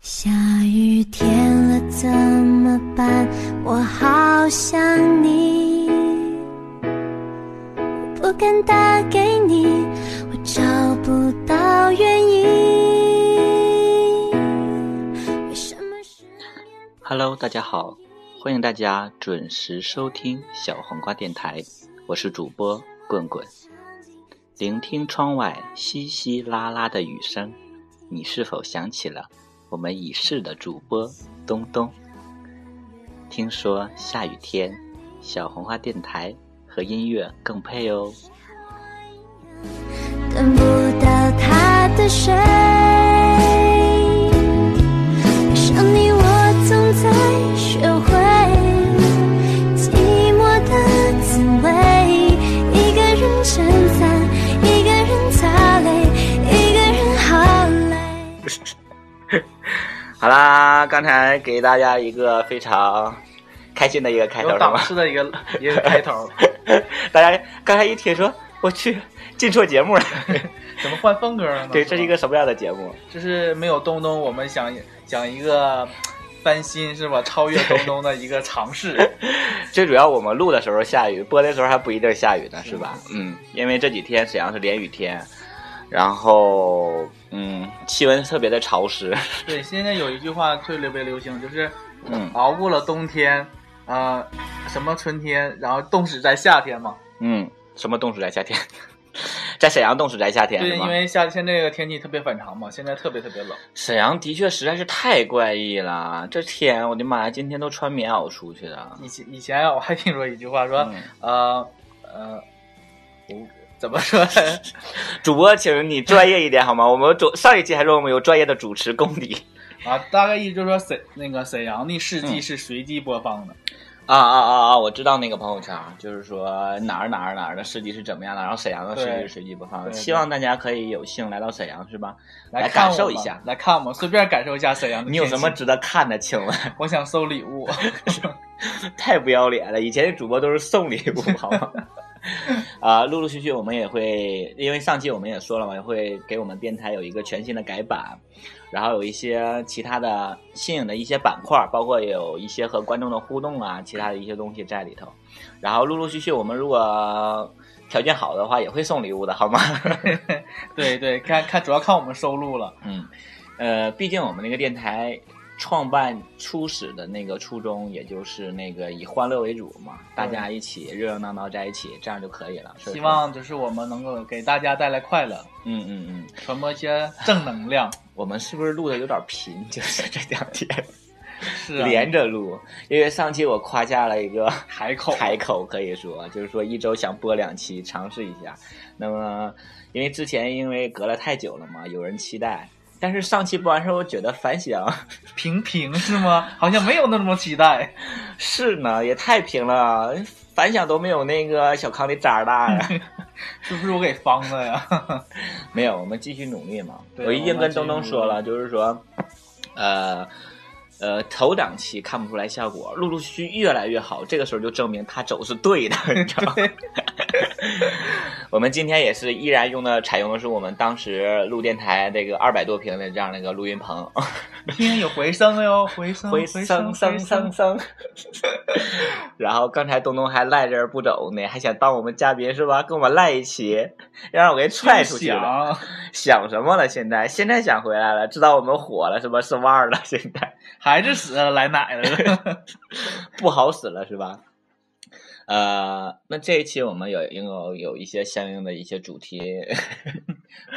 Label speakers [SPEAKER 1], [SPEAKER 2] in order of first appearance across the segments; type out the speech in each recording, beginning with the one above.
[SPEAKER 1] 下雨天了怎么办？我好想你，我不敢打给你，我找不到原因。为什么失恋
[SPEAKER 2] Hello，大家好，欢迎大家准时收听小黄瓜电台，我是主播棍棍，聆听窗外稀稀拉拉的雨声，你是否想起了我们已逝的主播东东？听说下雨天，小黄瓜电台和音乐更配哦。
[SPEAKER 1] 等不到他的谁？爱上你，我总在学会寂寞的滋味。一个人撑伞，一个人擦泪，一个人好累。
[SPEAKER 2] 好啦，刚才给大家一个非常开心的一个 开头，
[SPEAKER 3] 有
[SPEAKER 2] 是
[SPEAKER 3] 档
[SPEAKER 2] 吗？
[SPEAKER 3] 次的一个一个开头，
[SPEAKER 2] 大家刚才一听说，我去进错节目 了。
[SPEAKER 3] 怎么换风格了呢？
[SPEAKER 2] 对，这是一
[SPEAKER 3] 吧，
[SPEAKER 2] 个什么样的节目？
[SPEAKER 3] 就是没有东东，我们想想一个翻新是吧？超越东东的一个尝试，
[SPEAKER 2] 最主要我们录的时候下雨，播的时候还不一定下雨呢，是吧？嗯，因为这几天沈阳是连雨天，然后嗯，气温特别的潮 湿。
[SPEAKER 3] 对，现在有一句话特别流行，就是
[SPEAKER 2] 嗯
[SPEAKER 3] 熬过了冬天，呃，什么春天，然后冻死在夏天嘛。
[SPEAKER 2] 嗯，什么冻死在夏天， 在沈阳冻死在夏天
[SPEAKER 3] 对，
[SPEAKER 2] 是
[SPEAKER 3] 因
[SPEAKER 2] 吗？
[SPEAKER 3] 为夏天这个天气特别反常嘛，现在特别特别冷。
[SPEAKER 2] 沈阳的确实在是太怪异了，这天我的妈呀，今天都穿棉袄出去的。
[SPEAKER 3] 以前以前啊我还听说一句话说，
[SPEAKER 2] 嗯
[SPEAKER 3] 呃呃，我怎么说？
[SPEAKER 2] 主播，请你专业一点好吗？我们主上一期还说我们有专业的主持功底。
[SPEAKER 3] 啊，大概意思就是说沈那个沈阳的事迹
[SPEAKER 2] 嗯
[SPEAKER 3] 是随机播放的，
[SPEAKER 2] 啊啊啊啊！我知道那个朋友圈，啊就是说哪儿哪儿哪儿的市集是怎么样的，然后沈阳的市集是随机播放的。
[SPEAKER 3] 对对
[SPEAKER 2] 希望大家可以有幸来到沈阳，是吧？
[SPEAKER 3] 来看
[SPEAKER 2] 感
[SPEAKER 3] 我
[SPEAKER 2] 受
[SPEAKER 3] 们
[SPEAKER 2] 一下，
[SPEAKER 3] 来看我们，随便感受一下沈阳的。
[SPEAKER 2] 你有什么？值得看的？请问，
[SPEAKER 3] 我想收礼物，
[SPEAKER 2] 太不要脸了！以前的主播都是送礼物，好吗？ 啊，陆陆续续我们也会，因为上期我们也说了嘛，也会给我们电台有一个全新的改版，然后有一些其他的新颖的一些板块，包括有一些和观众的互动啊，其他的一些东西在里头。然后陆陆续续，我们如果条件好的话，也会送礼物的，好吗？
[SPEAKER 3] 对对，看看主要看我们收录了，
[SPEAKER 2] 嗯，呃，毕竟我们那个电台创办初始的那个初衷，也就是那个以欢乐为主嘛，大家一起热热闹闹在一起，这样就可以了。是不是
[SPEAKER 3] 希，望就是我们能够给大家带来快乐，
[SPEAKER 2] 嗯嗯嗯，
[SPEAKER 3] 传播一些正能量。
[SPEAKER 2] 我们是不是录的有点频？就是这两天、
[SPEAKER 3] 是啊，
[SPEAKER 2] 连着录，因为上期我夸下了一个。
[SPEAKER 3] 海口，
[SPEAKER 2] 海口可以说，就是说一周想播两期，尝试一下。那么，因为之前因为隔了太久了嘛，有人期待，但是上期播完之后，我觉得反响
[SPEAKER 3] 平平是吗？好像没有那么期待。
[SPEAKER 2] 是呢，也太平了，反响都没有那个小康的渣儿大呀。
[SPEAKER 3] 嗯是不是我给方的呀？
[SPEAKER 2] 没有，我们继续努力嘛。
[SPEAKER 3] 对
[SPEAKER 2] 我已经
[SPEAKER 3] 我
[SPEAKER 2] 跟
[SPEAKER 3] 们
[SPEAKER 2] 东东
[SPEAKER 3] 继续努
[SPEAKER 2] 说
[SPEAKER 3] 力
[SPEAKER 2] 了，就是说，呃呃，头两期看不出来效果，陆陆续续越来越好，这个时候就证明他走是对 的，你知道吗？ 我们今天也是依然用的采用的是我们当时录电台这个二百多平的这样的一个录音棚，
[SPEAKER 3] 听有回声哟，哦回声，
[SPEAKER 2] 回
[SPEAKER 3] 声，
[SPEAKER 2] 声声声
[SPEAKER 3] 声。
[SPEAKER 2] 声。 然后刚才东东还赖着不走呢，还想当我们嘉宾是吧？跟我们赖一起，让我给踹出去了。
[SPEAKER 3] 响，
[SPEAKER 2] 想什么了？现在现在想回来了，知道我们火了是吧？是腕儿了，现在
[SPEAKER 3] 还是死了来 奶了。
[SPEAKER 2] 不好使了是吧？呃，那这一期我们有应有有一些相应的一些主题，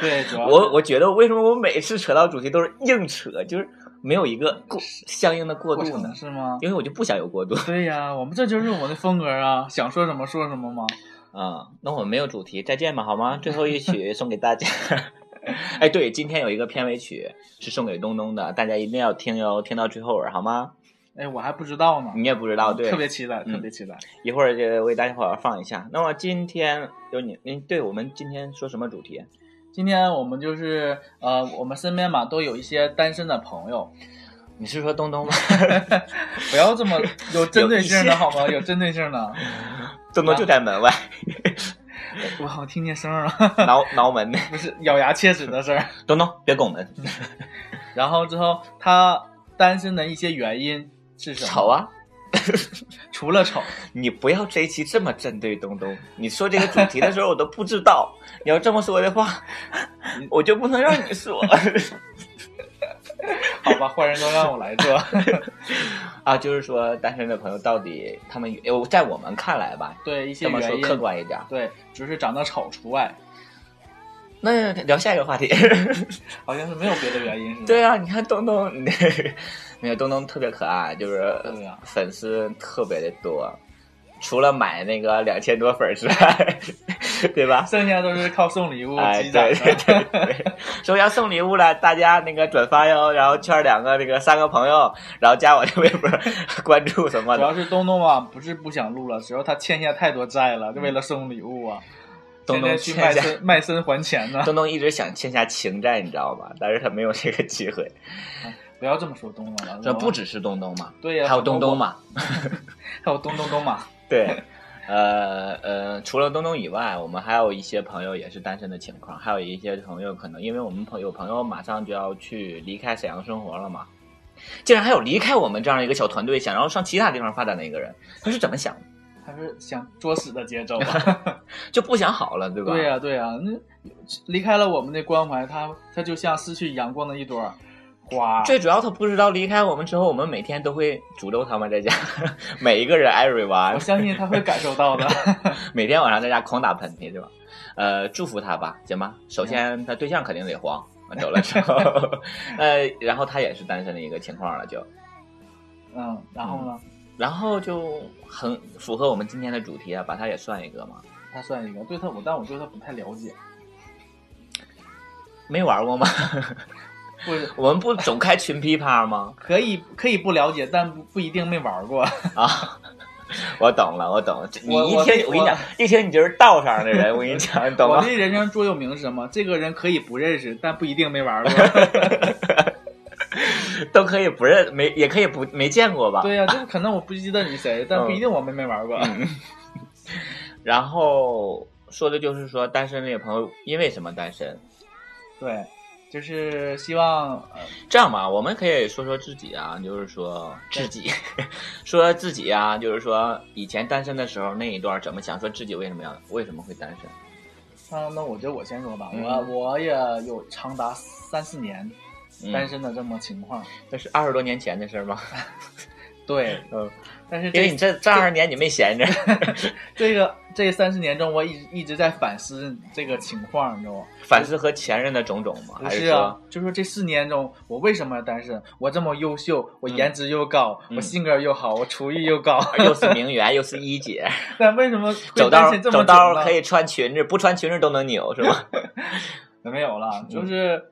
[SPEAKER 3] 对，主要是
[SPEAKER 2] 我我觉得为什么我每次扯到主题都是硬扯，就是没有一个过相应的过
[SPEAKER 3] 过
[SPEAKER 2] 渡呢
[SPEAKER 3] 程？是吗？
[SPEAKER 2] 因为我就不想有过渡
[SPEAKER 3] 对呀、我们这就是我们的风格啊，想说什么说什么嘛。
[SPEAKER 2] 啊、那我们没有主题，再见吧，好 吗？最后一曲送给大家。 哎，对，今天有一个片尾曲是送给东东的，大家一定要听哟，听到最后尾儿好吗？
[SPEAKER 3] 哎，我还不知道呢，
[SPEAKER 2] 你也不知道，对，
[SPEAKER 3] 特别期待，
[SPEAKER 2] 嗯
[SPEAKER 3] 特别期待。
[SPEAKER 2] 一会儿就为大家伙儿放一下。那么今天有你，嗯，对我们今天说什么主题？
[SPEAKER 3] 今天我们就是呃，我们身边嘛都有一些单身的朋友，
[SPEAKER 2] 你是说东东吗？
[SPEAKER 3] 不 要这么有针对性
[SPEAKER 2] 有一些
[SPEAKER 3] 的好吗？有针对性 的，
[SPEAKER 2] 东东就在 门外
[SPEAKER 3] 我好听见声儿啊了，
[SPEAKER 2] 挠挠门呢。
[SPEAKER 3] 不是咬牙切齿的事儿。
[SPEAKER 2] 东东，别拱门。
[SPEAKER 3] 然后之后他单身的一些原因是什么？
[SPEAKER 2] 丑啊！
[SPEAKER 3] 除了丑，
[SPEAKER 2] 你不要这一期这么针对东东。你说这个主题的时候，我都不知道。 你要这么说的话， 我就不能让你说
[SPEAKER 3] 好吧，坏人都让我来 做。
[SPEAKER 2] 啊。就是说，单身的朋友到底他们有在我们看来吧，
[SPEAKER 3] 对一些
[SPEAKER 2] 这么
[SPEAKER 3] 原
[SPEAKER 2] 说
[SPEAKER 3] 因，
[SPEAKER 2] 客观一点。
[SPEAKER 3] 对，只是长得丑除外，
[SPEAKER 2] 那聊下一个话题。
[SPEAKER 3] 好像是没有别的原因，是吧？
[SPEAKER 2] 对啊，你看东 东，你没有东东特别可爱，就是
[SPEAKER 3] 对啊
[SPEAKER 2] 粉丝特别的多，除了买那个两千多粉儿之外， 对吧？
[SPEAKER 3] 剩下都是靠送礼物
[SPEAKER 2] 哎，
[SPEAKER 3] 积攒
[SPEAKER 2] 对对
[SPEAKER 3] 的。
[SPEAKER 2] 对 对，说要送礼物了，大家那个转发哟，然后圈两个那个三个朋友，然后加我的微博 关注什么
[SPEAKER 3] 主
[SPEAKER 2] 的。
[SPEAKER 3] 要是东东啊，不是不想录了，主要他欠下太多债了，就为了送礼物啊，
[SPEAKER 2] 嗯东东
[SPEAKER 3] 天天去卖
[SPEAKER 2] 欠下
[SPEAKER 3] 身 卖身还钱呢。
[SPEAKER 2] 东东一直想欠下情债，你知道吗？但是他没有这个机会。
[SPEAKER 3] 不要这么说东东了，
[SPEAKER 2] 这
[SPEAKER 3] 是吧
[SPEAKER 2] 不只是东东嘛，
[SPEAKER 3] 对呀、
[SPEAKER 2] 还有东哦东，嘛，
[SPEAKER 3] 还有东东 东嘛，
[SPEAKER 2] 对，呃呃，除了东东以外，我们还有一些朋友也是单身的情况，还有一些朋友可能因为我们朋友有朋友马上就要去离开沈阳生活了嘛，竟然还有离开我们这样一个小团队，想要上其他地方发展的一个人，他是怎么想的？
[SPEAKER 3] 还是想作死的节奏吧。
[SPEAKER 2] 就不想好了，对吧？
[SPEAKER 3] 对呀、对呀、那离开了我们的关怀，他他就像失去阳光的一朵花。
[SPEAKER 2] 最主要他不知道离开我们之后，我们每天都会诅咒他们在家， 每一个人
[SPEAKER 3] 我
[SPEAKER 2] everyone，
[SPEAKER 3] 相信他会感受到 的。
[SPEAKER 2] 每天晚上在家狂打喷嚏，对吧？呃，祝福他吧，行吗？首先他对象肯定得黄，走了之后， 呃，然后他也是单身的一个情况了，就，
[SPEAKER 3] 嗯，然后呢，
[SPEAKER 2] 然后就很符合我们今天的主题啊，把他也算一个嘛，
[SPEAKER 3] 他算一个，对他我，但我对他不太了解，
[SPEAKER 2] 没玩过吗？
[SPEAKER 3] 或者
[SPEAKER 2] 我们不总开群批趴吗？
[SPEAKER 3] 可以可以不了解，但不不一定没玩过。
[SPEAKER 2] 啊。 我懂了，我懂了。你
[SPEAKER 3] 我
[SPEAKER 2] 一
[SPEAKER 3] 我
[SPEAKER 2] 听，
[SPEAKER 3] 我
[SPEAKER 2] 我跟你讲，一听你就是道上的人。我跟你讲，你懂吗
[SPEAKER 3] 我？对人生座右铭是什么？这个人可以不认识，但不一定没 玩过。
[SPEAKER 2] 都可以不认没，也可以不没见过吧。
[SPEAKER 3] 对呀、就是可能我不记得你谁，但不一定我们没玩过。
[SPEAKER 2] 嗯然后说的就是说单身这个朋友因为什么单身？
[SPEAKER 3] 对，就是希望呃
[SPEAKER 2] 这样吧，我们可以说说自己啊，就是说自己， 说自己啊，就是说以前单身的时候那一段怎么想，说自己为什么要为什么会单身？
[SPEAKER 3] 那呃那我就我先说吧，
[SPEAKER 2] 嗯
[SPEAKER 3] 我我也有长达三四年
[SPEAKER 2] 嗯
[SPEAKER 3] 单身的这么情况。
[SPEAKER 2] 这是二十多年前的事 儿吗？
[SPEAKER 3] 对，呃
[SPEAKER 2] 嗯，
[SPEAKER 3] 但是
[SPEAKER 2] 因为
[SPEAKER 3] 这
[SPEAKER 2] 你这这二十年你没闲 着，
[SPEAKER 3] 这个这三四年中，我一直一直在反思这个情况，你知道吗？
[SPEAKER 2] 反思和前任的种种吗？
[SPEAKER 3] 不
[SPEAKER 2] 还
[SPEAKER 3] 是啊
[SPEAKER 2] 说，
[SPEAKER 3] 就说这四年中，我为什么单身？我这么优秀，我
[SPEAKER 2] 嗯
[SPEAKER 3] 颜值又高，
[SPEAKER 2] 嗯
[SPEAKER 3] 我性格又好，我厨艺又高，
[SPEAKER 2] 又是名媛又是一姐，
[SPEAKER 3] 那为什么
[SPEAKER 2] 走
[SPEAKER 3] 会单
[SPEAKER 2] 道
[SPEAKER 3] 身这
[SPEAKER 2] 走
[SPEAKER 3] 么久哎
[SPEAKER 2] 道
[SPEAKER 3] 呢
[SPEAKER 2] 可以穿裙子，不穿裙子都能扭是 吗？
[SPEAKER 3] 没有了，就是、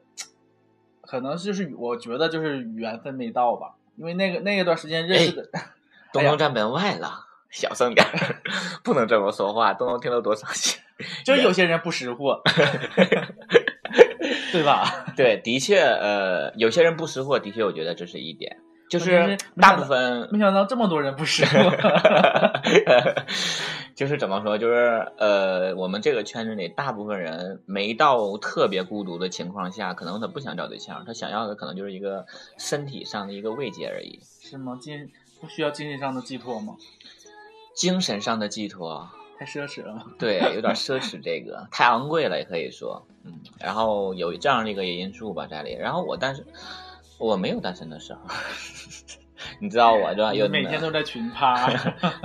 [SPEAKER 3] 可能就是我觉得就是缘分没到吧，因为那个那一段时间认识的，
[SPEAKER 2] 哎东东在门外了，小声点儿， 不能这么说话，东东听了多伤心。
[SPEAKER 3] 就是有些人不 识货，对吧？
[SPEAKER 2] 对，的确，呃，有些人不识货，的确，我觉得这是一点，就
[SPEAKER 3] 我觉
[SPEAKER 2] 是
[SPEAKER 3] 得没
[SPEAKER 2] 大
[SPEAKER 3] 想
[SPEAKER 2] 部
[SPEAKER 3] 到
[SPEAKER 2] 分，
[SPEAKER 3] 没想到这么多人不识货，
[SPEAKER 2] 就是怎么说，就是呃，我们这个圈子里，大部分人没到特别孤独的情况下，可能他不想找对象，他想要的可能就是一个身体上的一个慰藉而已，
[SPEAKER 3] 是吗？精不需要精神上的寄托吗？
[SPEAKER 2] 精神上的寄托。啊
[SPEAKER 3] 太奢侈了吗？
[SPEAKER 2] 对，有点奢侈，这个太昂贵了，也可以说，嗯，然后有这样的一个因素吧在里。然后我单身，我没有单身的时候， 你知道我对吧？有
[SPEAKER 3] 每天都在群 趴，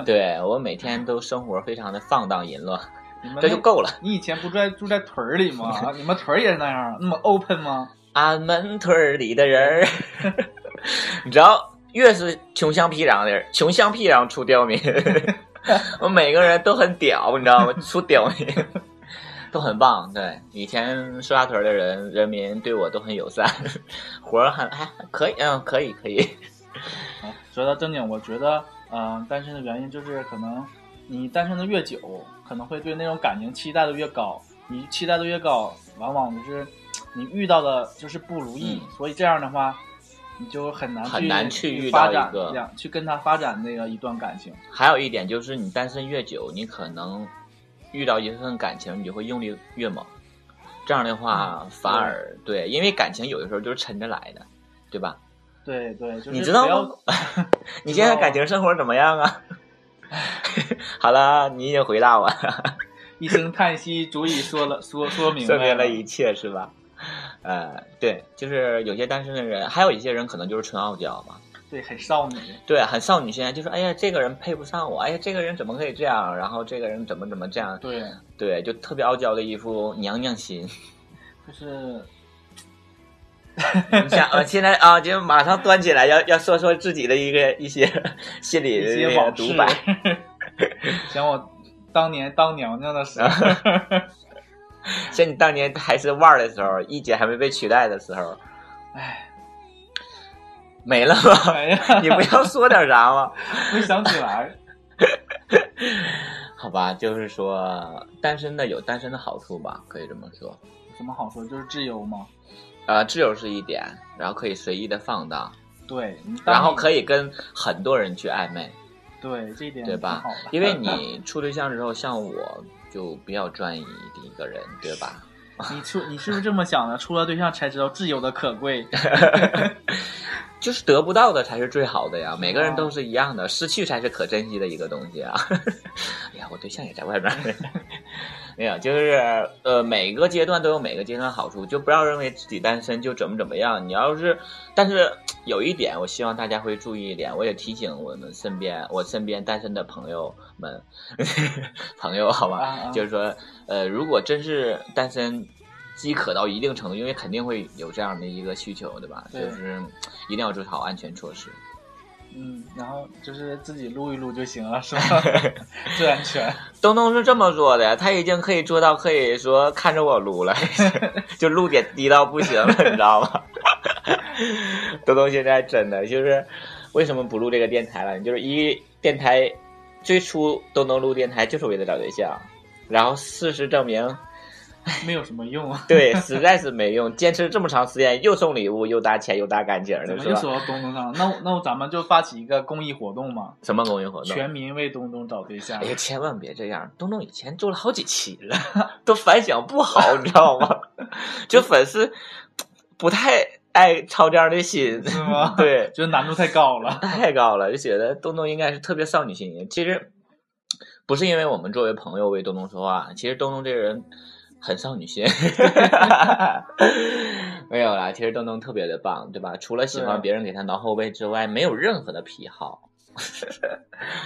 [SPEAKER 2] 对我每天都生活非常的放荡淫乱，
[SPEAKER 3] 你们
[SPEAKER 2] 这就
[SPEAKER 3] 那
[SPEAKER 2] 够了。
[SPEAKER 3] 你以前不住在住在屯儿里吗？你们屯儿也是那样，那么 open 吗？
[SPEAKER 2] 俺们屯儿里的人儿， 你知道，越是穷乡僻壤的人，穷乡僻壤出刁民， 我每个人都很屌，你知道吗？出刁民。 都很棒，对以前石家屯儿的人人民对我都很友善， 活儿很还、还可以，嗯，可以可以，
[SPEAKER 3] 啊说到正经，我觉得，嗯、单身的原因就是可能你单身的越久，可能会对那种感情期待的越高，你期待的越高，往往就是嘖你遇到的就是不如意，
[SPEAKER 2] 嗯
[SPEAKER 3] 所以这样的话，你就很难去
[SPEAKER 2] 很难去遇到
[SPEAKER 3] 发
[SPEAKER 2] 一
[SPEAKER 3] 展
[SPEAKER 2] 个
[SPEAKER 3] 两去跟他发展那个一段感情。
[SPEAKER 2] 还有一点就是，你单身越久，你可能遇到一份感情，你就会用力越猛。这样的话，反而对，因为感情有的时候就是沉着来的，对吧？
[SPEAKER 3] 对对，就是
[SPEAKER 2] 你知道
[SPEAKER 3] 不要
[SPEAKER 2] 吗？ 你现在感情生活怎么样啊？ 好了，你已经回答我了，
[SPEAKER 3] 一声叹息足以说了说说 明
[SPEAKER 2] 说
[SPEAKER 3] 白
[SPEAKER 2] 明了一切是吧？呃，对，就是有些单身的人，还有一些人可能就是纯傲娇嘛，
[SPEAKER 3] 对，很少女，
[SPEAKER 2] 对，很少女心，就是哎呀，这个人配不上我，哎呀，这个人怎么可以这样？然后这个人怎么怎么这样？
[SPEAKER 3] 对，
[SPEAKER 2] 对，就特别傲娇的一副娘娘 心。
[SPEAKER 3] 就是
[SPEAKER 2] 你想，呃，现在啊，就马上端起来，要要说说自己的一个一些心里
[SPEAKER 3] 一
[SPEAKER 2] 的
[SPEAKER 3] 些
[SPEAKER 2] 那个
[SPEAKER 3] 往
[SPEAKER 2] 独
[SPEAKER 3] 事
[SPEAKER 2] 白。，
[SPEAKER 3] 想我当年当娘娘的时 候，
[SPEAKER 2] 像你当年还是腕儿的时候，一姐还没被取代的时候，
[SPEAKER 3] 哎，
[SPEAKER 2] 没了吗？
[SPEAKER 3] 哎呀，
[SPEAKER 2] 你不要说点啥吗？
[SPEAKER 3] 没想起来，
[SPEAKER 2] 好吧，就是说单身的有单身的好处吧，可以这么说。
[SPEAKER 3] 有什么好说？就是自由嘛。
[SPEAKER 2] 啊，自由是一点，然后可以随意的放荡，
[SPEAKER 3] 对，你当
[SPEAKER 2] 然后
[SPEAKER 3] 你
[SPEAKER 2] 可以跟很多人去暧昧，
[SPEAKER 3] 对这一点
[SPEAKER 2] 对吧
[SPEAKER 3] 挺好的？
[SPEAKER 2] 因为你处对象之后，像我就比较专一的一个人，对吧？
[SPEAKER 3] 你处你是不是这么想的？处了对象才知道自由的可贵。
[SPEAKER 2] 就是得不到的才是最好的呀，每
[SPEAKER 3] 哦
[SPEAKER 2] 个人都是一样的，失去才是可珍惜的一个东西啊。 哎呀，我对象也在外边儿， 没有，就是呃，每个阶段都有每个阶段的好处，就不要认为自己单身就怎么怎么样。你要是，但是有一点，我希望大家会注意一点，我也提醒我们身边我身边单身的朋友们， 朋友好吧，
[SPEAKER 3] 啊啊
[SPEAKER 2] 就是说，呃，如果真是单身。饥渴到一定程度，因为肯定会有这样的一个需求，对吧？
[SPEAKER 3] 对
[SPEAKER 2] 就是一定要做好安全措施。
[SPEAKER 3] 嗯，然后就是自己撸一撸就行了，是吧？最安全。
[SPEAKER 2] 东东是这么做的，他已经可以做到，可以说看着我撸了， 就撸点低到不行了，你知道吗？ 东东现在真的就是为什么不录这个电台了？就是一电台最初东东录电台就是为了找对象，然后事实证明，
[SPEAKER 3] 没有什么 用啊。
[SPEAKER 2] 对，实在是没用， 坚持这么长时间，又送礼物，又搭钱，又搭感情的
[SPEAKER 3] 怎么
[SPEAKER 2] 是
[SPEAKER 3] 又
[SPEAKER 2] 吧？
[SPEAKER 3] 说到东东上了？那那咱们就发起一个公益活动嘛，
[SPEAKER 2] 什么公益活动？
[SPEAKER 3] 全民为东东找对象
[SPEAKER 2] 哎。呀，千万别这样！东东以前做了好几期了， 都反响不好，你知道吗？ 就粉丝不太爱操这样的心，
[SPEAKER 3] 是吗
[SPEAKER 2] 对，
[SPEAKER 3] 觉得难度太高了。
[SPEAKER 2] 太高了，就觉得东东应该是特别少女心。其实不是因为我们作为朋友为东东说话，其实东东这个人很少女心。 没有啦，其实东东特别的棒，对吧？除了喜欢
[SPEAKER 3] 对
[SPEAKER 2] 别人给他挠后背之外，没有任何的癖好。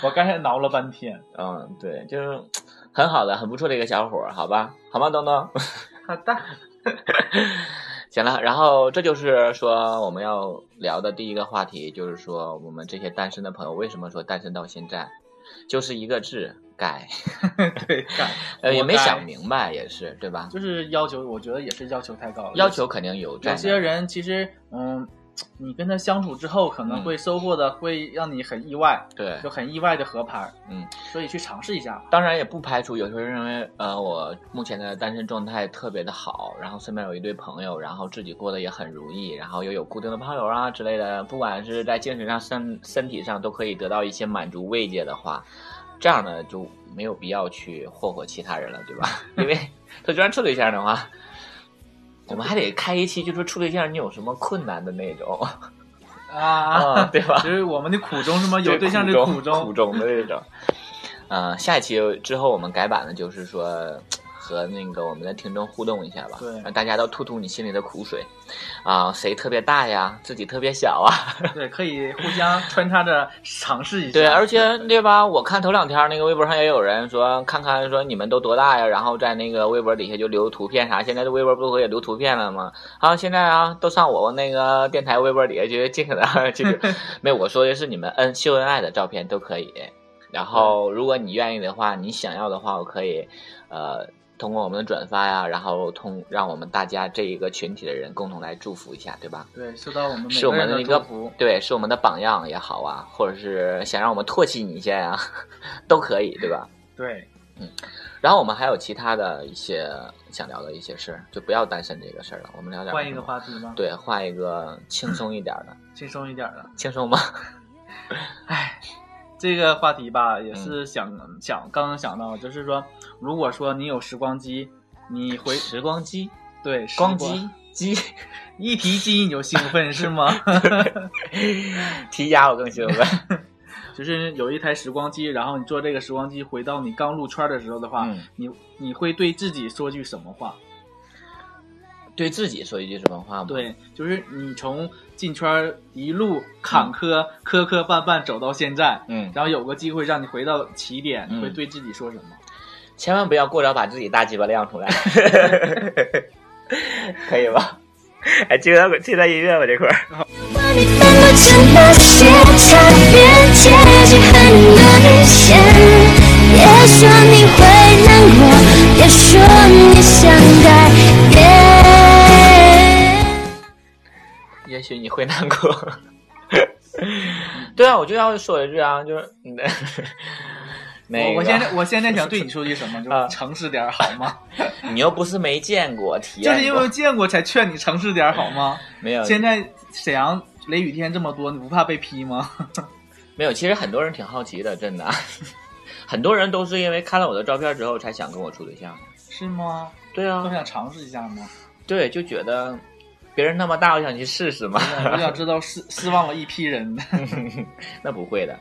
[SPEAKER 3] 我刚才挠了 半天。
[SPEAKER 2] 嗯，对，就是很好的、很不错的一个小伙儿，好吧，好吗，东 东？
[SPEAKER 3] 好的，
[SPEAKER 2] 行了，然后这就是说我们要聊的第一个话题，就是说我们这些单身的朋友为什么说单身到现在，就是一个字该，
[SPEAKER 3] 对，干
[SPEAKER 2] 呃，也没
[SPEAKER 3] 活该
[SPEAKER 2] 想明白，也是对吧？
[SPEAKER 3] 就是要求，我觉得也是要求太高了。
[SPEAKER 2] 要求肯定有在那，
[SPEAKER 3] 有些人其实，嗯，你跟他相处之后，可能会收获的会让你很意外，
[SPEAKER 2] 嗯对，
[SPEAKER 3] 就很意外的合拍。
[SPEAKER 2] 嗯，
[SPEAKER 3] 所以去尝试一下吧。
[SPEAKER 2] 当然也不排除有些人认为，呃，我目前的单身状态特别的好，然后身边有一堆朋友，然后自己过得也很如意，然后又有固定的炮友啊之类的，不管是在精神上、身身体上都可以得到一些满足慰藉的话，这样呢就没有必要去霍霍其他人了，对吧？ 因为他居然处对象的话，我们还得开一期，就说处对象你有什么困难的那种，啊
[SPEAKER 3] 啊，
[SPEAKER 2] 对吧
[SPEAKER 3] 就是我们的苦衷是吗？有对象的
[SPEAKER 2] 这
[SPEAKER 3] 苦衷，
[SPEAKER 2] 苦衷的这种。呃，下一期之后我们改版的就是说和那个我们的听众互动一下吧，
[SPEAKER 3] 对
[SPEAKER 2] 让大家都吐吐你心里的苦水啊、谁特别大呀，自己特别小啊，
[SPEAKER 3] 对，可以互相穿插着尝试一下。
[SPEAKER 2] 对，而且对吧？我看头两天那个微博上也有人说，看看说你们都多大呀，然后在那个微博底下就留图片啥，现在这微博不是也留图片了吗？啊，现在啊都上我那个电台微博底下去尽可能 去，没有我说的是你们恩秀恩爱的照片都可以。然后如果你愿意的话，你想要的话，我可以，呃，通过我们的转发呀，然后通让我们大家这一个群体的人共同来祝福一下，对吧？
[SPEAKER 3] 对，受到我们每
[SPEAKER 2] 是我
[SPEAKER 3] 个
[SPEAKER 2] 们
[SPEAKER 3] 人
[SPEAKER 2] 的
[SPEAKER 3] 的
[SPEAKER 2] 一个
[SPEAKER 3] 祝福。
[SPEAKER 2] 对，是我们的榜样也好啊，或者是想让我们唾弃你一下呀、 都可以，对吧？
[SPEAKER 3] 对，
[SPEAKER 2] 然后我们还有其他的一些想聊的一些事儿，就不要单身这个事儿了，我们聊点
[SPEAKER 3] 换一个
[SPEAKER 2] 什么
[SPEAKER 3] 话题吧，
[SPEAKER 2] 对，换一个轻松一点的，
[SPEAKER 3] 轻松一点的。
[SPEAKER 2] 轻松吗？
[SPEAKER 3] 这个话题吧，也
[SPEAKER 2] 嗯
[SPEAKER 3] 是想、想刚刚想到，就是说，如果说你有时光机，你回
[SPEAKER 2] 时光机，
[SPEAKER 3] 对时
[SPEAKER 2] 光
[SPEAKER 3] 光
[SPEAKER 2] 机，鸡
[SPEAKER 3] 一提鸡你就兴奋是吗？
[SPEAKER 2] 提鸭我更兴奋。
[SPEAKER 3] 就是有一台时光机，然后你坐这个时光机回到你刚入圈的时候的话，
[SPEAKER 2] 嗯
[SPEAKER 3] 你你会对自己说句什么话？
[SPEAKER 2] 对自己说一句什么话吗？，
[SPEAKER 3] 对，就是你从进圈儿一路坎坷、磕磕绊绊走到现在，
[SPEAKER 2] 嗯，
[SPEAKER 3] 然后有个机会让你回到起点，
[SPEAKER 2] 嗯
[SPEAKER 3] 你会对自己说什么？
[SPEAKER 2] 千万不要过早把自己大鸡巴亮出 来， 可以吧？ 哎，接段接段音乐吧，这块儿。
[SPEAKER 1] 关于翻过成那些差别，接近很多底线。别说你会难过，别说你想改变。
[SPEAKER 2] 也许你会难过。 对啊，我就要说一句啊，就是 你的那
[SPEAKER 3] 我
[SPEAKER 2] 个，
[SPEAKER 3] 我现在我现在想对你说句什么？就
[SPEAKER 2] 啊
[SPEAKER 3] 是诚实点儿好 吗？
[SPEAKER 2] 你又不是没见过，体验
[SPEAKER 3] 就
[SPEAKER 2] 过
[SPEAKER 3] 是因为见过才劝你诚实点儿好 吗？
[SPEAKER 2] 没有
[SPEAKER 3] 现在沈阳雷雨天这么多，你不怕被批吗？
[SPEAKER 2] 没有，其实很多人挺好奇的，真的， 很多人都是因为看了我的照片之后才想跟我处对象。
[SPEAKER 3] 是吗？
[SPEAKER 2] 对
[SPEAKER 3] 都
[SPEAKER 2] 啊，
[SPEAKER 3] 想尝试一下 吗？
[SPEAKER 2] 对，就觉得别人那么大，我想去试试嘛。
[SPEAKER 3] 我想呃知道失失望了一批人。
[SPEAKER 2] 那不会的，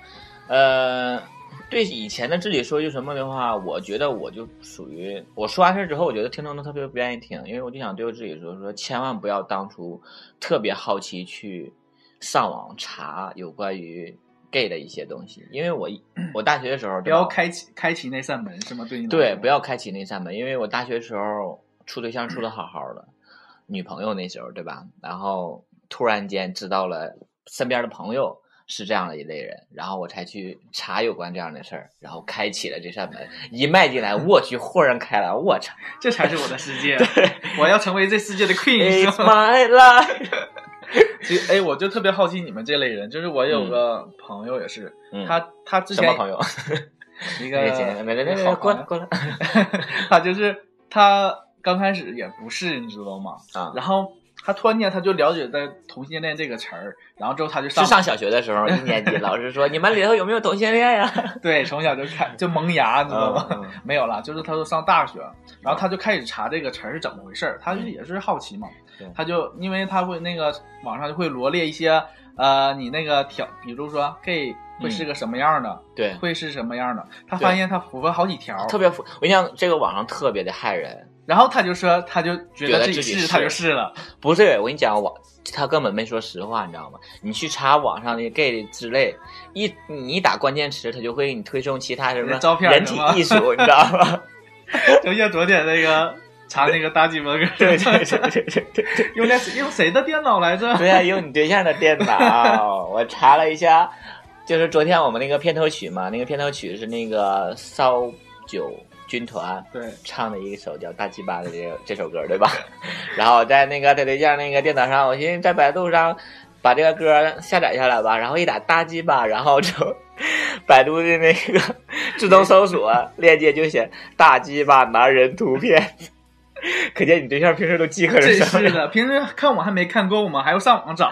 [SPEAKER 2] 呃，对以前的自己说句什么的话，我觉得我就属于我说完事儿之后，我觉得听众都特别不愿意听，因为我就想对我自己说说，千万不要当初特别好奇去上网查有关于 gay 的一些东西，因为我一我大学的时候
[SPEAKER 3] 不要
[SPEAKER 2] 对吧
[SPEAKER 3] 开启开启那扇门是吗？对你来
[SPEAKER 2] 对，
[SPEAKER 3] 说
[SPEAKER 2] 不要开启那扇门，因为我大学时候处对象处的好好的，女朋友那时候对吧？然后突然间知道了身边的朋友是这样的一类人，然后我才去查有关这样的事儿，然后开启了这扇门，一迈进来，我去，豁然开朗，我操
[SPEAKER 3] 这才是我的世界，啊 我要成为这世界的 queen。
[SPEAKER 2] ，It's
[SPEAKER 3] 是 吗
[SPEAKER 2] my life，
[SPEAKER 3] 其实哎，我就特别好奇你们这类人，就是我有个朋友也是，
[SPEAKER 2] 嗯
[SPEAKER 3] 他他之
[SPEAKER 2] 什
[SPEAKER 3] 前
[SPEAKER 2] 么朋 友？
[SPEAKER 3] 一
[SPEAKER 2] 那个姐，来来来
[SPEAKER 3] 个
[SPEAKER 2] 来，
[SPEAKER 3] 好
[SPEAKER 2] 呃过
[SPEAKER 3] 朋
[SPEAKER 2] 来
[SPEAKER 3] 友，
[SPEAKER 2] 过来
[SPEAKER 3] 他就是他刚开始也不是，你知道吗？
[SPEAKER 2] 啊！
[SPEAKER 3] 然后他突然间他就了解在同性恋这个词儿，然后之后他就是上
[SPEAKER 2] 上小学的时候，一年级，老 师说你们里头有没有同性恋呀？
[SPEAKER 3] 对从小就开就萌芽，你知道吗？
[SPEAKER 2] 嗯嗯
[SPEAKER 3] 没有啦，就是他说上大学，然后他就开始查这个词儿是怎么回事儿，他就也是好奇嘛
[SPEAKER 2] 对，
[SPEAKER 3] 他就因为他会那个网上就会罗列一些呃你那个条，比如说 gay 会是个什么样的，
[SPEAKER 2] 对，
[SPEAKER 3] 会是什么样的，他
[SPEAKER 2] 对
[SPEAKER 3] 发现他符合好几条，
[SPEAKER 2] 特别符，我跟你讲，这个网上特别的害人。
[SPEAKER 3] 然后他就说他就觉
[SPEAKER 2] 觉得
[SPEAKER 3] 得自己
[SPEAKER 2] 自己
[SPEAKER 3] 是
[SPEAKER 2] 是
[SPEAKER 3] 他就是了，
[SPEAKER 2] 不是，我跟你讲，网他根本没说实话，你知道吗？你去查网上的 gay 之类，一你一打关键词，他就会给你推送其他什么
[SPEAKER 3] 照片
[SPEAKER 2] 人体
[SPEAKER 3] 是吗
[SPEAKER 2] 艺术，你知道吗？
[SPEAKER 3] 就像昨天那个查那个大鸡巴哥，
[SPEAKER 2] 对对对对对对对，
[SPEAKER 3] 用那用谁的电脑来着？
[SPEAKER 2] 对啊，用你对象的电脑，我查了一下，就是昨天我们那个片头曲嘛，那个片头曲是那个烧酒军团。
[SPEAKER 3] 对，
[SPEAKER 2] 唱的一首叫《大鸡巴》的这这首歌，对吧？ 然后在那个在对象那个电脑上，我寻思在百度上把这个歌下载下来吧，然后一打“大鸡巴”，然后就 百度的那个自动搜索链接就写“大鸡巴男人图片”， 可见你对象平时都饥渴着
[SPEAKER 3] 真
[SPEAKER 2] 什
[SPEAKER 3] 是
[SPEAKER 2] 么？
[SPEAKER 3] 的，平时看我还没看够吗？还要上网找，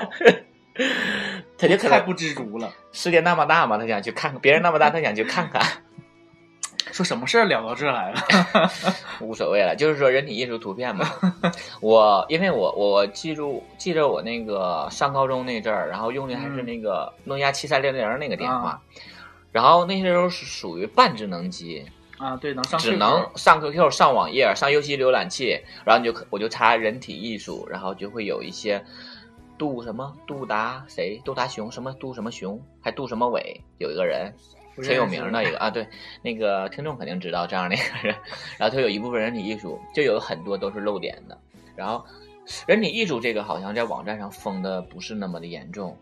[SPEAKER 2] 他就可
[SPEAKER 3] 太
[SPEAKER 2] 能
[SPEAKER 3] 不知足了。
[SPEAKER 2] 世界那么大嘛，他想去看看，别人那么大，他想去看看，
[SPEAKER 3] 说什么事儿聊到这来了？
[SPEAKER 2] 无所谓了。就是说人体艺术图片嘛，我因为我我记住记着我那个上高中那阵儿，然后用的还是那个诺基亚七三零零那个电话，然后那时候是属于半智能机，
[SPEAKER 3] 啊，对，能上
[SPEAKER 2] 只
[SPEAKER 3] QQ
[SPEAKER 2] 能上 QQ、上网页、上 U C 浏览器，然后你就可我就查人体艺术，然后就会有一些杜什么杜达谁杜达熊什么杜什么熊，还杜什么伟，有一个人
[SPEAKER 3] 不认
[SPEAKER 2] 挺
[SPEAKER 3] 识
[SPEAKER 2] 有名的一个啊，对，那个听众肯定知道这样的一个人，然后他有一部分人体艺术，就有很多都是露点的，然后人体艺术这个好像在网站上封的不是那么的严重，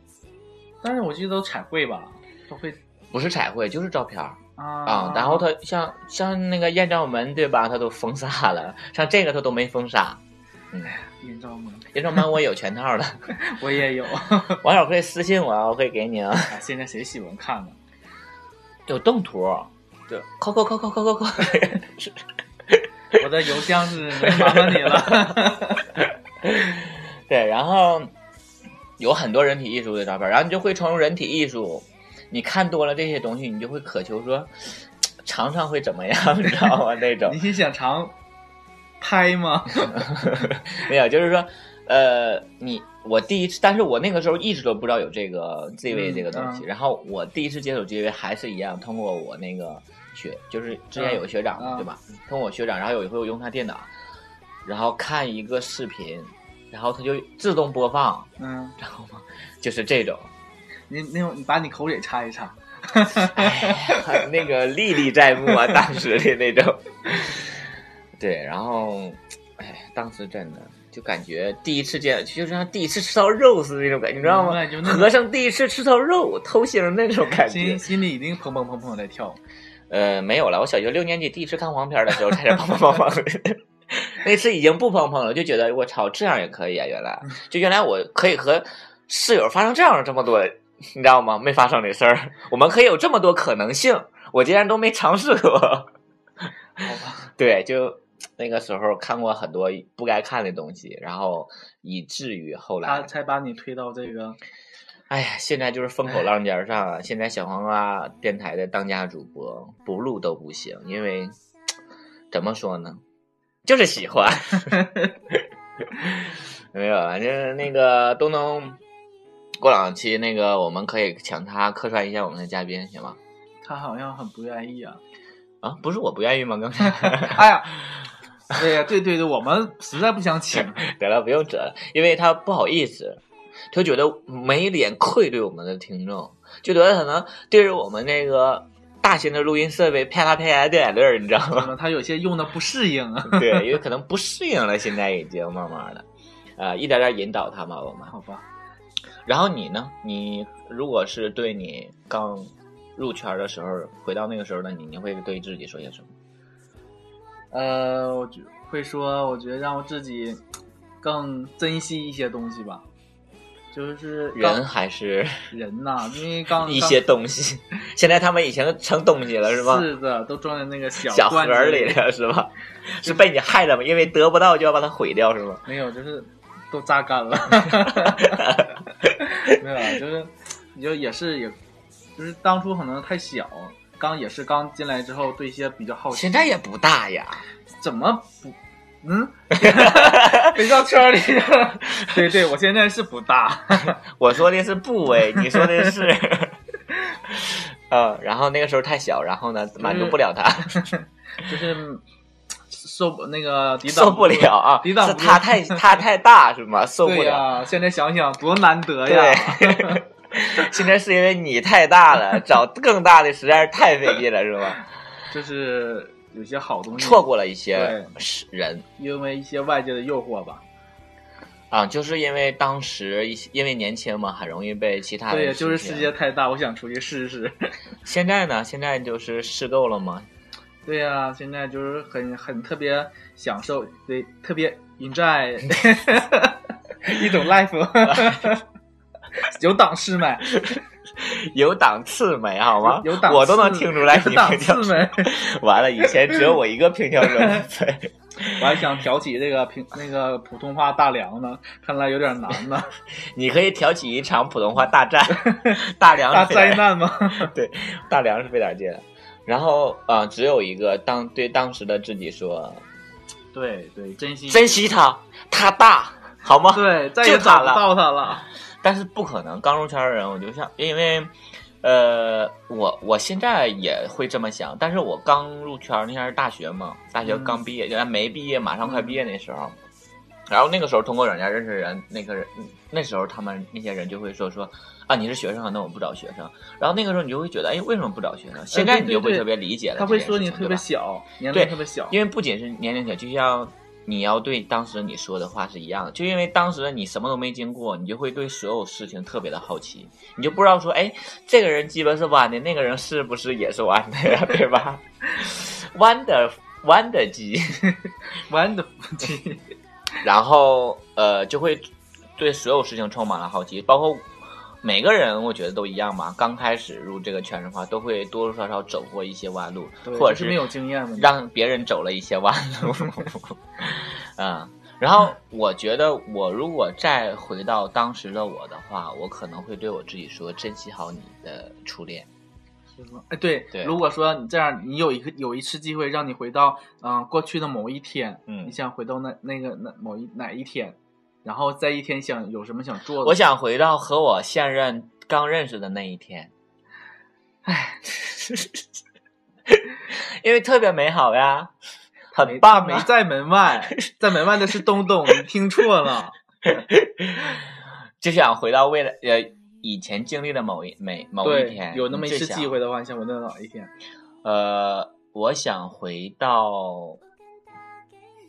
[SPEAKER 3] 但是我记得都彩绘吧，都会
[SPEAKER 2] 不是彩绘就是照片儿。
[SPEAKER 3] 啊
[SPEAKER 2] 啊、然后他像像那个艳照门对吧？他都封杀了，像这个他都没封杀。
[SPEAKER 3] 艳照门，
[SPEAKER 2] 艳照门我有全套的，
[SPEAKER 3] 我也有。
[SPEAKER 2] 网友可以私信我，啊，我会给你啊。
[SPEAKER 3] 哎现在谁喜欢看呢？
[SPEAKER 2] 有动图，对，扣扣扣扣扣扣 扣。
[SPEAKER 3] 我的邮箱是麻烦你了。
[SPEAKER 2] 对，然后有很多人体艺术的照片，然后你就会从人体艺术，你看多了这些东西，你就会渴求说，尝尝会怎么样，你知道吗？那种
[SPEAKER 3] 你是想尝拍吗？
[SPEAKER 2] 没有，就是说呃，你我第一次，但是我那个时候一直都不知道有这个 Z 位
[SPEAKER 3] 嗯
[SPEAKER 2] 这个东西。
[SPEAKER 3] 嗯
[SPEAKER 2] 然后我第一次接触 Z 位还是一样，通过我那个学，就是之前有个学长嘛，
[SPEAKER 3] 嗯
[SPEAKER 2] 对吧？通过我学长，然后有一回我用他电脑，然后看一个视频，然后他就自动播放，
[SPEAKER 3] 嗯，
[SPEAKER 2] 知道吗？ 就是这种。
[SPEAKER 3] 你那种你把你口水擦一擦，
[SPEAKER 2] 哎那个历历在目啊，当时的那种。对，然后，哎，当时真的就感觉第一次见，就像第一次吃到肉似的那种感觉，你知道吗
[SPEAKER 3] 明白就？那种
[SPEAKER 2] 和尚第一次吃到肉，偷腥儿那种感觉
[SPEAKER 3] 心。心里一定砰砰砰砰在跳。
[SPEAKER 2] 呃，没有了，我小学六年级第一次看黄片儿的时候，差点砰砰砰砰。 那次已经不砰砰了，就觉得我操，这样也可以啊！原来就原来我可以和室友发生这样这么多，你知道吗？没发生这事儿，我们可以有这么多可能性，我竟然都没尝试过。
[SPEAKER 3] 好吧，
[SPEAKER 2] 对，就那个时候看过很多不该看的东西，然后以至于后
[SPEAKER 3] 他
[SPEAKER 2] 来，
[SPEAKER 3] 才把你推到这个，
[SPEAKER 2] 哎呀，现在就是风口浪尖儿上啊！现在小黄瓜电台的当家主播不录都不行，因为怎么说呢，就是喜欢。 没有，啊，就是那个东东，过两期那个我们可以请他客串一下我们的嘉宾，行吗？
[SPEAKER 3] 他好像很不愿意啊。
[SPEAKER 2] 啊，不是我不愿意吗？刚才。
[SPEAKER 3] 哎呀，哎呀，对对对，我们实在不想请，
[SPEAKER 2] 得了，不用折了，因为他不好意思，就觉得没脸愧对我们的听众，就觉得可能对着我们那个大型的录音设备啪啦啪啦掉眼泪儿，你知道吗？
[SPEAKER 3] 可能他有些用的不适应啊。
[SPEAKER 2] 对，因为可能不适应了，现在已经慢慢的，呃，一点点引导他嘛，我们。
[SPEAKER 3] 好吧，
[SPEAKER 2] 然后你呢？你如果是对你刚入圈的时候，回到那个时候的你，你会对自己说些什么？
[SPEAKER 3] 呃，我觉会说，我觉得让我自己更珍惜一些东西吧，就是刚
[SPEAKER 2] 人还是
[SPEAKER 3] 人呐、因为刚
[SPEAKER 2] 一些东西？现在他们已经成东西了，是吧？
[SPEAKER 3] 是的，都装在那个小
[SPEAKER 2] 小盒
[SPEAKER 3] 罐子
[SPEAKER 2] 儿里了是吧？是被你害的吗？因为得不到就要把它毁掉是吗？
[SPEAKER 3] 没有，就是都榨干了。 没有啊，就是你就也是也，就是当初可能太小，刚也是刚进来之后对一些比较好奇，
[SPEAKER 2] 现在也不大呀，
[SPEAKER 3] 怎么不 嗯， 回到圈里 了。对对，我现在是不大，
[SPEAKER 2] 我说的是部位，你说的是， 呃，然后那个时候太小，然后呢满足不了他，
[SPEAKER 3] 就是受不那个抵挡
[SPEAKER 2] 受不了啊，
[SPEAKER 3] 嗯抵挡
[SPEAKER 2] 是
[SPEAKER 3] 不住
[SPEAKER 2] 他 太他太大是吗？受不
[SPEAKER 3] 对
[SPEAKER 2] 了，
[SPEAKER 3] 呀、现在想想多难得
[SPEAKER 2] 对
[SPEAKER 3] 呀。。
[SPEAKER 2] 现在是因为你太大了，找更大的实在是太费劲了，是吗？
[SPEAKER 3] 就是有些好东西，
[SPEAKER 2] 错过了一些
[SPEAKER 3] 嗯对
[SPEAKER 2] 人，
[SPEAKER 3] 因为一些外界的诱惑吧。
[SPEAKER 2] 啊，就是因为当时一些因为年轻嘛，很容易被其他
[SPEAKER 3] 对，
[SPEAKER 2] 人
[SPEAKER 3] 就是
[SPEAKER 2] 欺
[SPEAKER 3] 世
[SPEAKER 2] 骗
[SPEAKER 3] 界太大，我想出去试试。
[SPEAKER 2] 现在呢？现在就是试够了吗？
[SPEAKER 3] 对呀、现在就是很很特别享受，对，特别 enjoy 一种 life，有档次没？
[SPEAKER 2] 有档次没？好吗？
[SPEAKER 3] 有档次，
[SPEAKER 2] 我都能听出来
[SPEAKER 3] 有
[SPEAKER 2] 你
[SPEAKER 3] 档
[SPEAKER 2] 平
[SPEAKER 3] 次
[SPEAKER 2] 翘舌。
[SPEAKER 3] 没？
[SPEAKER 2] 完了，以前只有我一个平翘舌。 对
[SPEAKER 3] 我还想挑起这个平那个普通话大梁呢，看来有点难呢，
[SPEAKER 2] 你可以挑起一场普通话大 战，大梁
[SPEAKER 3] 大
[SPEAKER 2] 是非
[SPEAKER 3] 灾
[SPEAKER 2] 常
[SPEAKER 3] 难吗？
[SPEAKER 2] 对，大梁是费点劲。然后啊、呃只有一个当对当时的自己说，
[SPEAKER 3] 对对，珍惜
[SPEAKER 2] 珍惜，他，他大，好吗？
[SPEAKER 3] 对，再
[SPEAKER 2] 就
[SPEAKER 3] 也
[SPEAKER 2] 他
[SPEAKER 3] 找不
[SPEAKER 2] 了
[SPEAKER 3] 到 他了。
[SPEAKER 2] 但是不可能，刚入圈的人，我就像因为，呃，我我现在也会这么想，但是我刚入圈那天是大学嘛，大学
[SPEAKER 3] 嗯
[SPEAKER 2] 刚毕业，就还没毕业，马上快毕业那时候，然后那个时候通过软件认识人，那个人那时候他们那些人就会说说啊你是学生啊，那我不找学生，然后那个时候你就会觉得哎为什么不找学生？现在你就会
[SPEAKER 3] 对对
[SPEAKER 2] 特别理解了
[SPEAKER 3] 他
[SPEAKER 2] 这
[SPEAKER 3] 会
[SPEAKER 2] 件事情，
[SPEAKER 3] 说你特
[SPEAKER 2] 对吧
[SPEAKER 3] 别小，年
[SPEAKER 2] 对
[SPEAKER 3] 龄特别小，
[SPEAKER 2] 因为不仅是年龄小，就像你要对当时你说的话是一样的，就因为当时你什么都没经过，你就会对所有事情特别的好奇，你就不知道说，哎，这个人鸡巴是弯的，那个人是不是也是弯的呀，对吧？弯的弯的鸡，
[SPEAKER 3] 玩的不济。
[SPEAKER 2] 然后呃，就会对所有事情充满了好奇，包括。每个人我觉得都一样嘛，刚开始入这个圈的话，都会多多少少走过一些弯路，
[SPEAKER 3] 对
[SPEAKER 2] 或者
[SPEAKER 3] 就是没有经验嘛，
[SPEAKER 2] 让别人走了一些弯路。 嗯，然后我觉得，我如果再回到当时的我的话，我可能会对我自己说：珍惜好你的初恋。
[SPEAKER 3] 就是说哎，对，
[SPEAKER 2] 对
[SPEAKER 3] 如果说你这样，你有一个有一次机会让你回到嗯、呃过去的某一天，
[SPEAKER 2] 嗯
[SPEAKER 3] 你想回到那那个那某一哪一天，然后在一天想有什么想做的？
[SPEAKER 2] 我想回到和我现任刚认识的那一天，唉， 因为特别美好呀，很棒
[SPEAKER 3] 没
[SPEAKER 2] 啊！
[SPEAKER 3] 在门外， 在门外的是东东，你听错了。
[SPEAKER 2] 就想回到未来呃以前经历的某一每某一
[SPEAKER 3] 对
[SPEAKER 2] 天，，
[SPEAKER 3] 有那么一
[SPEAKER 2] 就
[SPEAKER 3] 次
[SPEAKER 2] 想
[SPEAKER 3] 机会的话，像我那老一天，
[SPEAKER 2] 呃，我想回到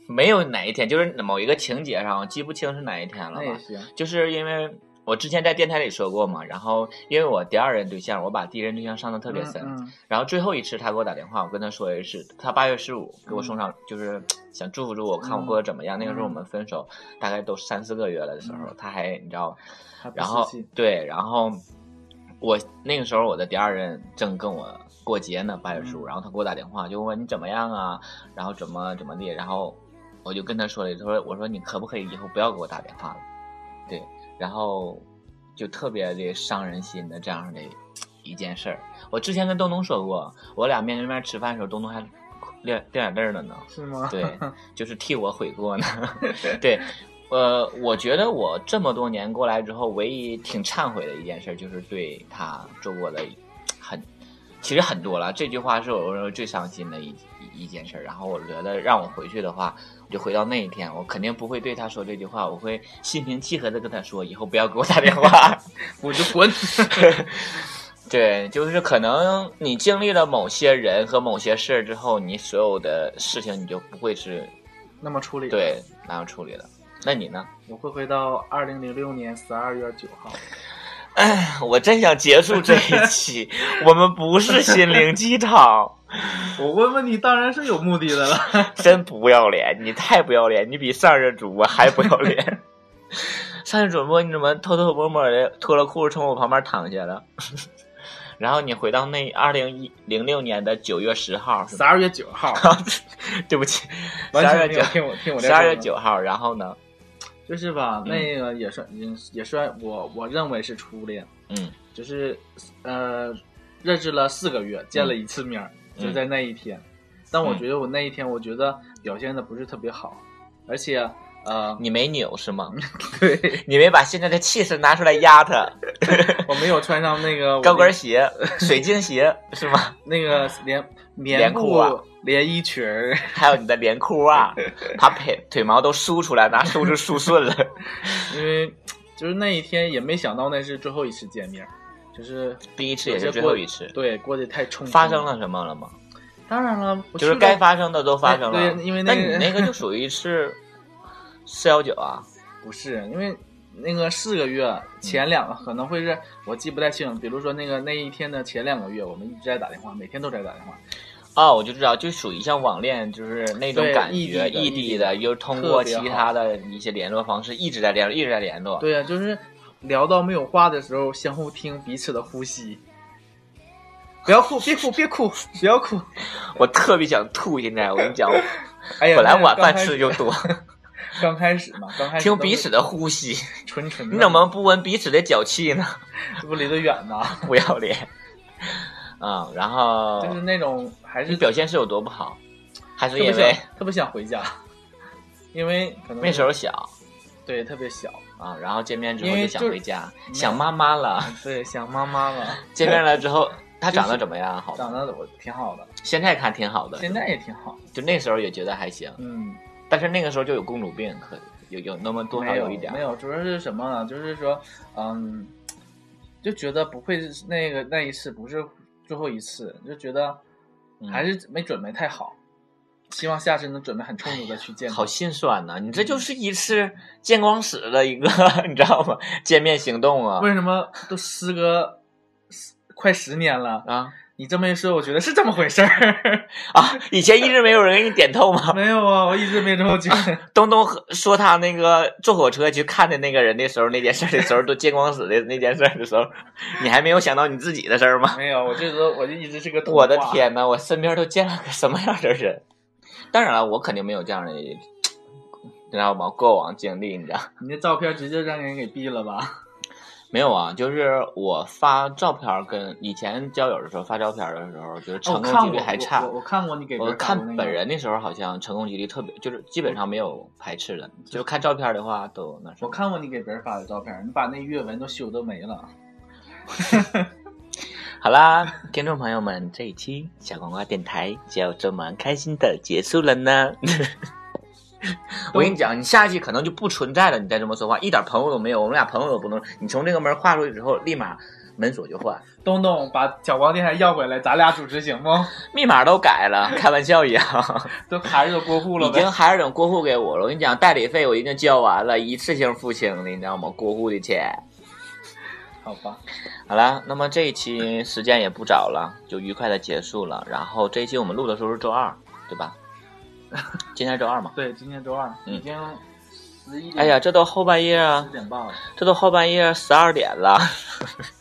[SPEAKER 2] 没有哪一天，就是某一个情节上，我记不清是哪一天了
[SPEAKER 3] 那也
[SPEAKER 2] 吧。
[SPEAKER 3] 行。
[SPEAKER 2] 就是因为我之前在电台里说过嘛，然后因为我第二任对象，我把第一任对象伤的特别深，
[SPEAKER 3] 嗯嗯
[SPEAKER 2] 然后最后一次他给我打电话，我跟他说一次，他八月十五给我
[SPEAKER 3] 嗯
[SPEAKER 2] 送上，就是想祝福祝我，看我过得怎么样。那个时候我们分手大概都三四个月了的时
[SPEAKER 3] 嗯
[SPEAKER 2] 候，他还你知道，
[SPEAKER 3] 还不
[SPEAKER 2] 然后
[SPEAKER 3] 自信
[SPEAKER 2] 对，然后我那个时候我的第二任正跟我过节呢，八月十五，
[SPEAKER 3] 嗯
[SPEAKER 2] 然后他给我打电话就问你怎么样啊，然后怎么怎么地，然后我就跟他说了，他说我说你可不可以以后不要给我打电话了，对，然后就特别的伤人心的这样的一件事儿。我之前跟东东说过，我俩面对面吃饭的时候，东东还掉掉眼泪儿了呢。
[SPEAKER 3] 是吗？
[SPEAKER 2] 对， 就是替我悔过呢。 对，呃，我觉得我这么多年过来之后，唯一挺忏悔的一件事，就是对他做过的很，其实很多了。这句话是我认为最伤心的一一一件事。然后我觉得让我回去的话，我就回到那一天，我肯定不会对他说这句话，我会心平气和的跟他说，以后不要给我打电话。
[SPEAKER 3] 我就滚。
[SPEAKER 2] 对，就是可能你经历了某些人和某些事儿之后，你所有的事情你就不会是
[SPEAKER 3] 那么处理，，
[SPEAKER 2] 对，然后处理了。那你呢？
[SPEAKER 3] 我会回到二零零六年十二月九号。
[SPEAKER 2] 我真想结束这一期，我们不是心灵鸡汤，
[SPEAKER 3] 我问问你，当然是有目的 的了。
[SPEAKER 2] 真不要脸，你太不要脸，你比上任主播还不要脸。上任主播你怎么偷偷摸摸的脱了裤子从我旁边躺下了？ 然后你回到那二零一零六年的九月十号，是
[SPEAKER 3] 十
[SPEAKER 2] 吧？
[SPEAKER 3] 二月九号，
[SPEAKER 2] 对不起，十
[SPEAKER 3] 完
[SPEAKER 2] 二月
[SPEAKER 3] 全没有
[SPEAKER 2] 九，
[SPEAKER 3] 听我听我这
[SPEAKER 2] 十二月九号，然后呢？
[SPEAKER 3] 就是吧，
[SPEAKER 2] 嗯
[SPEAKER 3] 那个也算也也算我我认为是初恋，
[SPEAKER 2] 嗯
[SPEAKER 3] 就是呃认识了四个月，见了一次面儿，
[SPEAKER 2] 嗯
[SPEAKER 3] 就在那一天。但我
[SPEAKER 2] 嗯
[SPEAKER 3] 觉得我那一天，我觉得表现的不是特别好，而且呃，
[SPEAKER 2] 你没扭是吗？
[SPEAKER 3] 对
[SPEAKER 2] 你没把现在的气势拿出来压他，
[SPEAKER 3] 我没有穿上那个我
[SPEAKER 2] 高
[SPEAKER 3] 那
[SPEAKER 2] 跟鞋、水晶鞋是吗？
[SPEAKER 3] 那个连
[SPEAKER 2] 连
[SPEAKER 3] 棉
[SPEAKER 2] 裤
[SPEAKER 3] 布
[SPEAKER 2] 啊
[SPEAKER 3] 连衣裙儿，
[SPEAKER 2] 还有你的连裤袜、把腿腿毛都梳出来，拿梳子梳顺了。
[SPEAKER 3] 因为就是那一天也没想到那是最后一次见面儿，就是
[SPEAKER 2] 第一次也是最后一次，
[SPEAKER 3] 对过得太冲动
[SPEAKER 2] 发生。了什么了吗？
[SPEAKER 3] 当然了，我
[SPEAKER 2] 就是
[SPEAKER 3] 去
[SPEAKER 2] 该
[SPEAKER 3] 了
[SPEAKER 2] 发生的都发生了。
[SPEAKER 3] 哎对因为
[SPEAKER 2] 那
[SPEAKER 3] 那个
[SPEAKER 2] 你那个就属于是四幺九啊，
[SPEAKER 3] 不是因为那个四个月前两个可能会是我记不太清，比如说那个那一天的前两个月，我们一直在打电话，每天都在打电话，
[SPEAKER 2] 哦，我就知道，就属于像网恋，就是那种
[SPEAKER 3] 对
[SPEAKER 2] 感
[SPEAKER 3] 异地
[SPEAKER 2] 觉，
[SPEAKER 3] 的
[SPEAKER 2] 异地
[SPEAKER 3] 异地的
[SPEAKER 2] 的，又通过
[SPEAKER 3] 特别
[SPEAKER 2] 其
[SPEAKER 3] 好
[SPEAKER 2] 他的一些联络方式一直在联络，一直在联络。
[SPEAKER 3] 对呀、就是聊到没有话的时候，相互听彼此的呼吸。不要哭，别哭，别哭，不要哭！
[SPEAKER 2] 我特别想吐，现在我跟你讲，
[SPEAKER 3] 哎 呀，
[SPEAKER 2] 本来
[SPEAKER 3] 那
[SPEAKER 2] 晚
[SPEAKER 3] 刚
[SPEAKER 2] 饭
[SPEAKER 3] 开
[SPEAKER 2] 吃的
[SPEAKER 3] 始
[SPEAKER 2] 就多，
[SPEAKER 3] 刚开始嘛，刚开始
[SPEAKER 2] 听
[SPEAKER 3] 都
[SPEAKER 2] 彼
[SPEAKER 3] 是啊
[SPEAKER 2] 此的呼吸，
[SPEAKER 3] 纯纯的，
[SPEAKER 2] 你怎么不闻彼此的脚气呢？
[SPEAKER 3] 这不离得远呐？
[SPEAKER 2] 不要脸。嗯，然后
[SPEAKER 3] 就是那种还是
[SPEAKER 2] 你表现是有多不好，还是
[SPEAKER 3] 特别
[SPEAKER 2] 因为
[SPEAKER 3] 想特别想回家， 因为可 能
[SPEAKER 2] 那时候小
[SPEAKER 3] 对特别小，
[SPEAKER 2] 啊，然后见面之后
[SPEAKER 3] 因为
[SPEAKER 2] 就
[SPEAKER 3] 就
[SPEAKER 2] 想回家，
[SPEAKER 3] 嗯
[SPEAKER 2] 想妈妈了。
[SPEAKER 3] 对想妈妈了。
[SPEAKER 2] 见面了之 后，她长得
[SPEAKER 3] 就是
[SPEAKER 2] 怎么样？好吗，
[SPEAKER 3] 长得我挺好的，
[SPEAKER 2] 现在看挺好的，
[SPEAKER 3] 现在也挺好。
[SPEAKER 2] 就那时候也觉得还行，
[SPEAKER 3] 嗯，
[SPEAKER 2] 但是那个时候就有公主病，可有有那么多少
[SPEAKER 3] 没有
[SPEAKER 2] 一点
[SPEAKER 3] 没。有，主要是什么呢？就是说，嗯，就觉得不会是那个那一次不是最后一次，就觉得
[SPEAKER 2] 嗯
[SPEAKER 3] 还是没准备太好。希望下次能准备很充足的去见他。
[SPEAKER 2] 哎好心酸呐、你这
[SPEAKER 3] 嗯
[SPEAKER 2] 就是一次见光死的一个， 你知道吗？见面行动啊
[SPEAKER 3] 为什么都时隔十快十年了？
[SPEAKER 2] 啊
[SPEAKER 3] 你这么一说，我觉得是这么回事儿。
[SPEAKER 2] 啊！以前一直没有人给你点透吗？
[SPEAKER 3] 没有啊，我一直没这么觉得。
[SPEAKER 2] 东东和说他那个坐火车去看的那个人的时候，那件事儿的时候，都见光死的那件事儿的时候，你还没有想到你自己的事儿 吗？
[SPEAKER 3] 没有，我就说我就一直是个童话
[SPEAKER 2] 我的，天呐，我身边都见了个什么样的人？当然了，我肯定没有这样的，你知道吗？过往经历，你知道，
[SPEAKER 3] 你的照片直接让人给毙了吧？
[SPEAKER 2] 没有啊，就是我发照片儿跟以前交友的时候发照片儿的时候，就是
[SPEAKER 3] 哦我
[SPEAKER 2] 成功
[SPEAKER 3] 看
[SPEAKER 2] 几率
[SPEAKER 3] 过
[SPEAKER 2] 还
[SPEAKER 3] 我
[SPEAKER 2] 差。
[SPEAKER 3] 我我看过你给别
[SPEAKER 2] 我
[SPEAKER 3] 人打过那
[SPEAKER 2] 看
[SPEAKER 3] 个
[SPEAKER 2] 本人那时候好像成功几率特别，就是基本上没有排斥的，就看照片的话都那什
[SPEAKER 3] 我
[SPEAKER 2] 么。
[SPEAKER 3] 看过你给别人发的照片，你把那阅文都修都没了。
[SPEAKER 2] 好啦，听众朋友们，这一期小黄瓜电台就要这么开心的结束了呢。 我跟你讲，你下一期可能就不存在了。你再这么说话，一点朋友都没有，我们俩朋友都不能。你从这个门跨出去之后，立马门锁就换，
[SPEAKER 3] 东东把小黄电台要回来，咱俩主持行不？
[SPEAKER 2] 密码都改了，开玩笑一 样。
[SPEAKER 3] 都还是都过户了
[SPEAKER 2] 已
[SPEAKER 3] 呗
[SPEAKER 2] 经。还是等过户给我了。我跟你讲，代理费我已经交完了，一次性付清的，你知道吗？过户的钱。
[SPEAKER 3] 好吧，
[SPEAKER 2] 好了，那么这一期时间也不早了，就愉快的结束了。然后这一期我们录的时候是周二，对 吧？今天是周二嘛？
[SPEAKER 3] 对，今天周二，
[SPEAKER 2] 嗯
[SPEAKER 3] 已经十一点，
[SPEAKER 2] 哎呀，这都后半夜啊
[SPEAKER 3] 十，点半了。
[SPEAKER 2] 这都后半夜十二点了。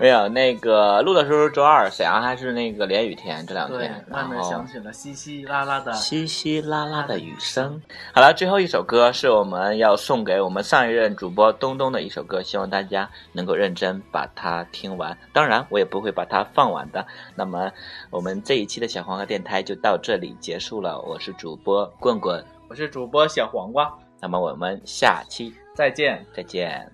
[SPEAKER 2] 没有，那个录的时候是周二，沈阳还是那个连雨天，这两
[SPEAKER 3] 对
[SPEAKER 2] 天，，
[SPEAKER 3] 外
[SPEAKER 2] 然
[SPEAKER 3] 面
[SPEAKER 2] 后
[SPEAKER 3] 响起了稀稀拉拉的，
[SPEAKER 2] 稀稀拉拉的雨声。好了，最后一首歌是我们要送给我们上一任主播东东的一首歌，希望大家能够认真把它听完。当然，我也不会把它放完的。那么，我们这一期的小黄瓜电台就到这里结束了。我是主播棍棍，
[SPEAKER 3] 我是主播小黄瓜，
[SPEAKER 2] 那么我们下期
[SPEAKER 3] 再见。
[SPEAKER 2] 再见。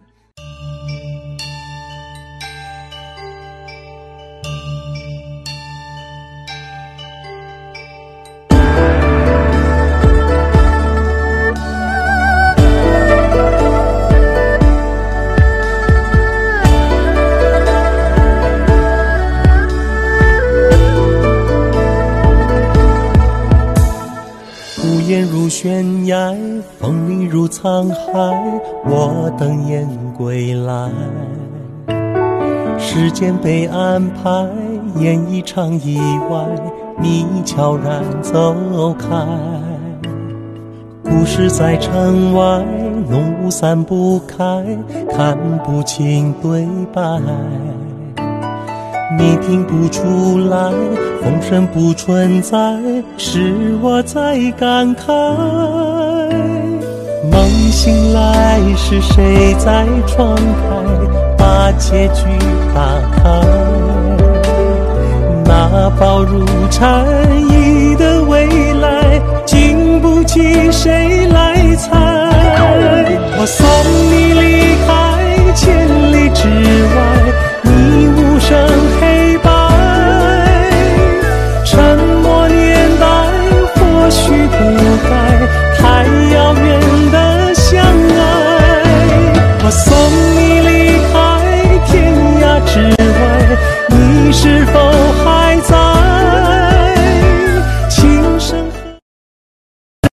[SPEAKER 4] 孤雁如悬崖，风铃如沧海，我等雁归来。时间被安排，演一场意外，你悄然走开。故事在城外，浓雾散不开，看不清对白。你听不出来，风声不存在，是我在感慨。梦醒来，是谁在窗台把结局打开？那薄如蝉翼的未来，经不起谁来猜。